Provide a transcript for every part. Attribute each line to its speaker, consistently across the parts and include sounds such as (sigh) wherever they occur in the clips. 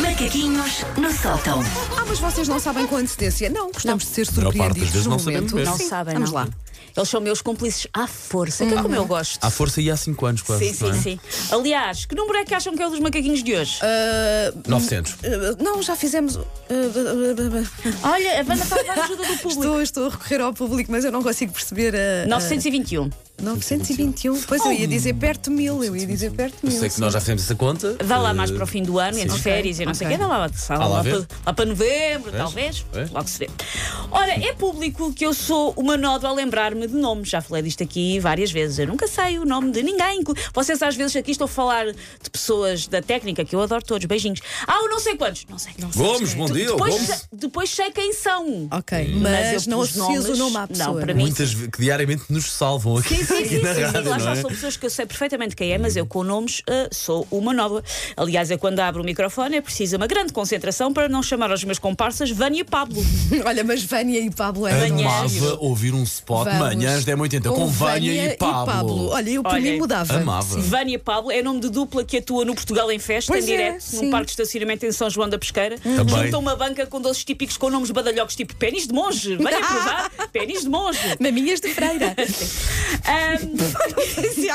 Speaker 1: Macaquinhos no sótão.
Speaker 2: Ah, mas vocês não sabem com antecedência. Não, gostamos de ser
Speaker 3: maior parte das
Speaker 2: surpreendidos
Speaker 3: vezes
Speaker 2: no
Speaker 3: não sabemos
Speaker 2: momento.
Speaker 3: mesmo.
Speaker 4: Não
Speaker 2: Sim,
Speaker 4: sabem,
Speaker 2: Vamos
Speaker 4: não.
Speaker 2: lá.
Speaker 4: Eles são meus cúmplices à força, que é como eu gosto.
Speaker 3: À força e há 5 anos, quase.
Speaker 4: Sim, sim,
Speaker 3: não é?
Speaker 4: sim. Aliás, que número é que acham que é o dos macaquinhos de hoje?
Speaker 3: 900.
Speaker 2: Uh, Ah, não, já fizemos. uh, uh, uh, uh,
Speaker 4: Olha, a Vanda está com a ajuda (laughs) do público.
Speaker 2: Estou, estou a recorrer ao público, mas eu não consigo perceber. a-
Speaker 4: 921.
Speaker 2: a 921. Pois eu
Speaker 3: Oh,
Speaker 2: ia dizer perto de mil, eu ia dizer perto de
Speaker 3: Eu
Speaker 2: mil.
Speaker 3: sei que nós já fizemos essa conta.
Speaker 4: Dá lá
Speaker 3: eh,
Speaker 4: mais para o fim do ano, entre
Speaker 3: sim.
Speaker 4: férias e não sei o
Speaker 2: ok.
Speaker 4: quê. Dá lá, dá
Speaker 3: lá
Speaker 4: lá,
Speaker 3: ver.
Speaker 4: para, lá para novembro,
Speaker 3: Vês?
Speaker 4: talvez.
Speaker 3: Vês?
Speaker 4: Logo se vê. Ora, é público que eu sou uma nódoa a lembrar-me de nomes. Já falei disto aqui várias vezes. Eu nunca sei o nome de ninguém. Inclu- Vocês às vezes aqui estão a falar de pessoas da técnica, que eu adoro todos. Beijinhos. Ah, o não sei quantos. Não sei.
Speaker 3: Gomes, bom dia.
Speaker 4: Depois,
Speaker 3: Gomes.
Speaker 4: depois sei quem são.
Speaker 3: Ah,
Speaker 2: Ok,
Speaker 4: Mas
Speaker 2: mas,
Speaker 4: eu pus
Speaker 2: não associas
Speaker 4: nomes-
Speaker 2: o nome à
Speaker 4: não,
Speaker 2: pessoa.
Speaker 4: para
Speaker 2: é?
Speaker 4: mim-
Speaker 3: Muitas ve- que diariamente nos salvam aqui,
Speaker 4: Sim, sim,
Speaker 3: aqui
Speaker 4: sim,
Speaker 3: na
Speaker 4: sim,
Speaker 3: rádio,
Speaker 4: sim. Lá
Speaker 3: não
Speaker 4: já
Speaker 3: é?
Speaker 4: são pessoas que eu sei perfeitamente quem é, mas eu com nomes ah, sou uma nova. Aliás, eu quando abro o microfone é preciso uma grande concentração para não chamar aos meus comparsas Vânia e Pablo.
Speaker 2: Olha, mas Vânia e Pablo é
Speaker 3: Amava ouvir um spot
Speaker 2: Vamos.
Speaker 3: manhãs 1080 então, com Vânia e Pablo.
Speaker 2: Olha, eu para
Speaker 4: Olha,
Speaker 2: mim mudava.
Speaker 3: Amava.
Speaker 4: Vânia e Pablo é nome de dupla que atua no Portugal em Festa,
Speaker 2: Pois
Speaker 4: em
Speaker 2: é,
Speaker 4: direto,
Speaker 2: sim.
Speaker 4: num parque de estacionamento em São João da Pesqueira.
Speaker 3: Hum. Também.
Speaker 4: Juntam uma banca com doces típicos com nomes badalhocos tipo pênis de
Speaker 2: (laughs)
Speaker 4: monge. Venha provar pênis de monge.
Speaker 2: Maminhas de freira.
Speaker 4: (laughs) Ahm,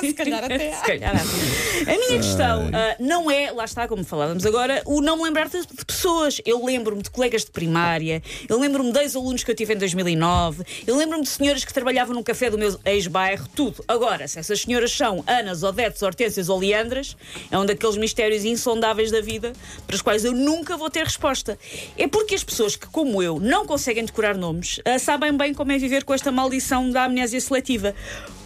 Speaker 2: Se calhar até há.
Speaker 4: (laughs) Se calhar é assim. há. A minha questão ah, não é, lá está, como falávamos agora, o não me lembrar de, de pessoas. Eu lembro-me de colegas de primária, eu lembro-me de ex-alunos que eu tive em 2009, eu lembro-me de senhoras que trabalhavam num café do meu ex-bairro, tudo. Agora, se essas senhoras são Anas, Odetes, Hortências ou Leandras, é um daqueles mistérios insondáveis da vida para os quais eu nunca vou ter resposta. É porque as pessoas que, como eu, não conseguem decorar nomes, ah, sabem bem como é viver com esta maldição da amnésia seletiva.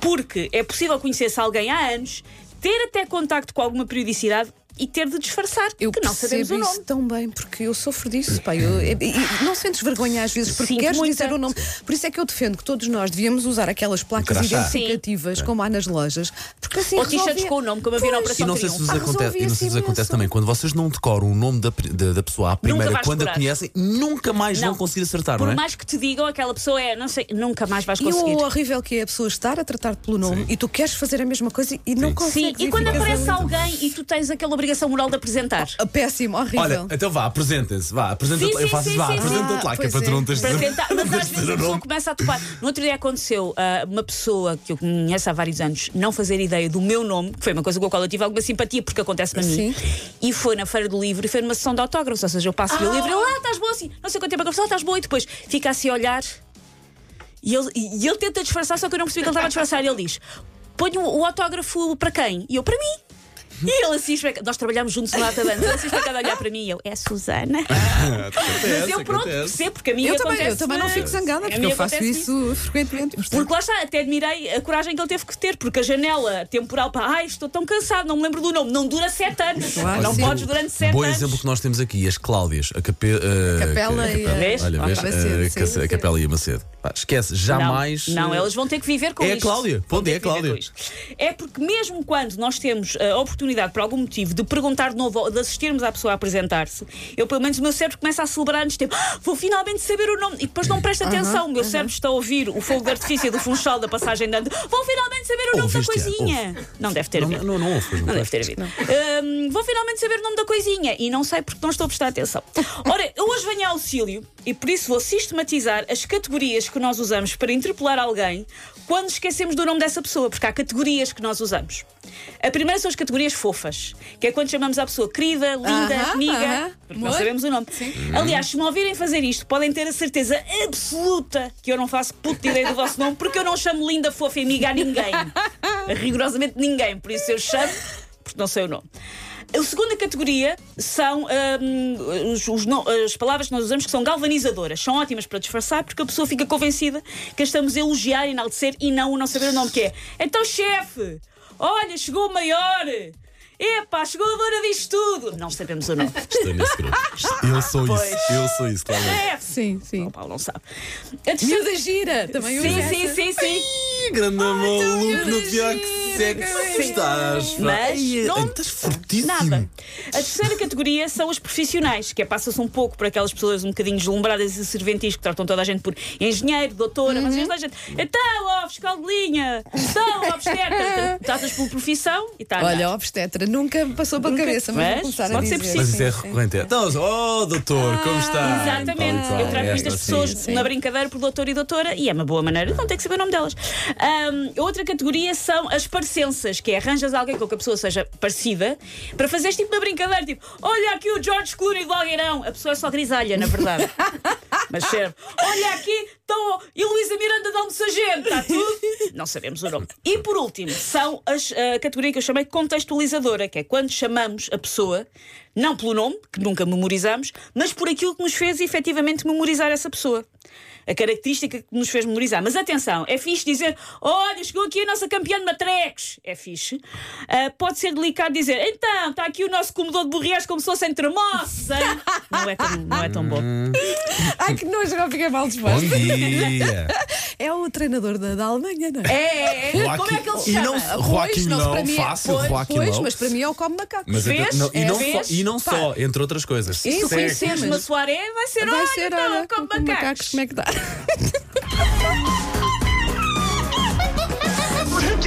Speaker 4: Porque é possível conhecer-se alguém há anos, ter até contacto com alguma periodicidade e ter de disfarçar
Speaker 2: Eu
Speaker 4: que não sabemos
Speaker 2: percebo
Speaker 4: o
Speaker 2: isso
Speaker 4: nome.
Speaker 2: tão bem, porque eu sofro disso. Pá, eu, é, e- e- não sentes vergonha às vezes, porque
Speaker 4: Sinto
Speaker 2: queres
Speaker 4: muita.
Speaker 2: dizer o nome. Por isso é que eu defendo que todos nós devíamos usar aquelas placas
Speaker 3: crachá.
Speaker 2: identificativas, como há nas lojas, porque assim.
Speaker 4: Ou t-shirts
Speaker 2: resolvia-
Speaker 4: com o nome, como havia na
Speaker 2: Pois.
Speaker 3: E
Speaker 4: Operação
Speaker 3: não sei se vos
Speaker 2: Ah,
Speaker 3: acontece,
Speaker 2: resolvi
Speaker 3: e não sei se
Speaker 2: assim
Speaker 3: vos acontece
Speaker 2: imenso.
Speaker 3: também, quando vocês não decoram o nome da, pri- da, da pessoa à primeira,
Speaker 4: vais
Speaker 3: quando a
Speaker 4: decorar.
Speaker 3: conhecem, nunca mais vão conseguir acertar,
Speaker 4: Por
Speaker 3: não é?
Speaker 4: mais que te digam, aquela pessoa é, não sei, nunca mais vais
Speaker 2: E
Speaker 4: conseguir.
Speaker 2: o horrível que é a pessoa estar a tratar-te pelo nome e tu queres fazer a mesma coisa e não
Speaker 4: Sim,
Speaker 2: consegues.
Speaker 4: e quando
Speaker 2: ficas
Speaker 4: aparece
Speaker 2: ali. Ah,
Speaker 4: alguém e tu tens aquela obrigação moral de apresentar.
Speaker 2: Péssimo, horrível.
Speaker 3: Olha, então vá, apresentem-se, vá, apresenta-te,
Speaker 4: Sim, sim,
Speaker 3: eu faço
Speaker 4: sim,
Speaker 3: vá,
Speaker 4: sim, sim.
Speaker 3: apresenta-te lá,
Speaker 2: Ah,
Speaker 3: que é
Speaker 2: pois
Speaker 3: para tu não
Speaker 2: é.
Speaker 3: teres
Speaker 4: Para tentar, (laughs) mas às
Speaker 3: teres
Speaker 4: vezes
Speaker 3: o
Speaker 4: a pessoa
Speaker 3: nome.
Speaker 4: começa a topar. No outro dia aconteceu ah, uma pessoa que eu conheço há vários anos não fazer ideia do meu nome, que foi uma coisa com a qual eu tive alguma simpatia, porque acontece para mim.
Speaker 2: Sim.
Speaker 4: E foi na Feira do Livro e foi numa sessão de autógrafos. Ou seja, eu passo o meu livro e ele, ah, estás boa assim, não sei quanto tempo a conversar, "Ah, estás boa, e depois fica assim a olhar. E ele, e ele tenta disfarçar, só que eu não percebi que ele estava a disfarçar. E ele diz: ponho o autógrafo para quem? E eu, para mim. E ele assim, especa- nós trabalhámos juntos na data de anos, ele assim, especado a olhar para mim e eu, é a (laughs) Susana. Mas eu pronto, percebo, porque a mim
Speaker 2: Eu também,
Speaker 4: acontece,
Speaker 2: eu também não fico zangada,
Speaker 4: a
Speaker 2: porque
Speaker 4: mim
Speaker 2: eu faço
Speaker 4: acontece
Speaker 2: isso frequentemente.
Speaker 4: Porque lá está, até admirei a coragem que ele teve que ter, porque a janela temporal para ai, estou tão cansado, não me lembro do nome, não dura sete anos.
Speaker 2: Claro,
Speaker 4: não
Speaker 2: sim.
Speaker 4: Então podes durante sete
Speaker 3: Assim, Bom
Speaker 4: anos.
Speaker 3: exemplo que nós temos aqui, as Cláudias, a, cape, eh,
Speaker 2: Capela
Speaker 3: a
Speaker 2: e a-
Speaker 4: Vês?
Speaker 3: Olha,
Speaker 2: Ah,
Speaker 3: vês?
Speaker 2: Macedo,
Speaker 3: Eh,
Speaker 2: sim,
Speaker 3: Cace-
Speaker 2: sim.
Speaker 3: a Capela e a Macedo. Pá, esquece,
Speaker 4: Não,
Speaker 3: jamais.
Speaker 4: Não,
Speaker 3: eh,
Speaker 4: elas vão ter que viver com
Speaker 3: É a
Speaker 4: isto.
Speaker 3: Cláudia.
Speaker 4: Vão
Speaker 3: Bom dia,
Speaker 4: ter que viver
Speaker 3: Cláudia.
Speaker 4: com isto. É porque mesmo quando nós temos eh, a oportunidade, por algum motivo, de perguntar de novo ou de assistirmos à pessoa a apresentar-se, eu pelo menos o meu cérebro começa a celebrar antes de tempo. "Ah, vou finalmente saber o nome. E depois não presta atenção. o meu cérebro está a ouvir o fogo de artifício do funchal da passagem de ano. Vou finalmente saber o nome da
Speaker 3: Ouviste-a?
Speaker 4: coisinha. Não deve ter
Speaker 3: é, Não,
Speaker 4: havido.
Speaker 3: não, não ouve, pois não.
Speaker 4: Não deve ter havido. Hum, vou finalmente saber o nome da coisinha e não sei porque não estou a prestar atenção. Ora, eu hoje venho a auxílio e por isso vou sistematizar as categorias que nós usamos para interpelar alguém quando esquecemos do nome dessa pessoa, porque há categorias que nós usamos. A primeira são as categorias fofas, que é quando chamamos a pessoa querida, linda,
Speaker 2: Aham,
Speaker 4: amiga,
Speaker 2: aham.
Speaker 4: porque não
Speaker 2: Amor.
Speaker 4: sabemos o nome. Aliás, se me ouvirem fazer isto, podem ter a certeza absoluta que eu não faço puta ideia do vosso nome, porque eu não chamo linda, fofa e amiga a ninguém. A rigorosamente ninguém. Por isso eu chamo, porque não sei o nome. A segunda categoria são hum, os- os no- as palavras que nós usamos que são galvanizadoras. São ótimas para disfarçar porque a pessoa fica convencida que as estamos a elogiar, enaltecer e não o não saber o nome que é. Então, chefe, olha, chegou o maior. Epá, chegou a dona disto tudo. Não sabemos o nome.
Speaker 3: Estou é nesse grupo.
Speaker 4: (laughs)
Speaker 3: Eu sou isso, eu sou isso, Cláudia.
Speaker 4: Chefe.
Speaker 2: Sim,
Speaker 4: O
Speaker 2: sim.
Speaker 4: Paulo não sabe. A terceira-
Speaker 2: Miúda gira! Também
Speaker 4: Sim,
Speaker 2: usa
Speaker 4: sim,
Speaker 2: essa.
Speaker 4: sim, sim.
Speaker 3: Ih, Grande maluco, no Tiago, que sexy estás. pá.
Speaker 4: Mas
Speaker 3: Ai,
Speaker 4: não-
Speaker 3: Estás fortíssimo.
Speaker 4: Nada. A terceira categoria são os profissionais, que é passa-se um pouco por aquelas pessoas um bocadinho deslumbradas e serventis que tratam toda a gente por engenheiro, doutora, mas toda a gente. (laughs) Então, ó, fiscal de linha, então, ó, obstetra. Tratas por profissão e está.
Speaker 2: Olha, obstetra, nunca me passou pela cabeça, mas,
Speaker 4: mas
Speaker 2: vou começar a
Speaker 4: pode ser
Speaker 2: dizer.
Speaker 4: possível. Ah,
Speaker 3: Mas isso
Speaker 2: Sim,
Speaker 3: é
Speaker 2: sim.
Speaker 3: recorrente. Então, oh, doutor, como é está?
Speaker 4: Exatamente.
Speaker 3: Tal e qual.
Speaker 4: Eu trato
Speaker 3: Esta,
Speaker 4: estas
Speaker 3: sim.
Speaker 4: pessoas
Speaker 2: sim.
Speaker 4: na brincadeira por doutor e doutora e é uma boa maneira, não tem que saber o nome delas. Ahm, outra categoria são as parecenças, que é arranjas alguém com que a pessoa seja parecida para fazeres tipo uma brincadeira, tipo, olha aqui o George Clooney do Algueirão. A pessoa é só grisalha, na
Speaker 3: (laughs)
Speaker 4: verdade. Mas é- serve. Ah, Olha aqui, estão e Luísa Miranda de Almoçagente, está tudo? (laughs) Não sabemos o nome. E por último, são as a categoria que eu chamei contextualizadora, que é quando chamamos a pessoa, não pelo nome, que nunca memorizamos, mas por aquilo que nos fez efetivamente memorizar essa pessoa. A característica que nos fez memorizar. Mas atenção, é fixe dizer: olha, chegou aqui a nossa campeã de matrecos. É fixe. Ah, pode ser delicado dizer: então, está aqui o nosso comedor de burriés como se fossem tremoços. hein?" Não é tão, não é tão bom.
Speaker 2: Ai, que nojo, agora fiquei mal
Speaker 3: Bom
Speaker 2: disposta.
Speaker 3: dia.
Speaker 2: É o treinador da, da Alemanha, não é?
Speaker 4: (laughs) É, é, é. como é que ele se
Speaker 3: E
Speaker 4: chama?
Speaker 3: não-
Speaker 2: Pois,
Speaker 3: Joaquim
Speaker 2: não,
Speaker 3: Low,
Speaker 2: para mim é-
Speaker 3: fácil,
Speaker 2: pois,
Speaker 3: Joaquim
Speaker 2: pois,
Speaker 3: Low.
Speaker 2: mas para mim é o come macaco.
Speaker 3: Mas
Speaker 4: Vês?
Speaker 3: até- não- e,
Speaker 4: É,
Speaker 3: não
Speaker 4: vês?
Speaker 3: só, e não só, entre outras coisas.
Speaker 2: Isso,
Speaker 4: Se
Speaker 3: Sexo.
Speaker 4: conheceres uma soaré, vai ser
Speaker 2: Vai
Speaker 4: olha,
Speaker 2: ser,
Speaker 4: então,
Speaker 2: olha,
Speaker 4: como
Speaker 2: com
Speaker 4: macacos.
Speaker 2: como é que dá?
Speaker 1: Take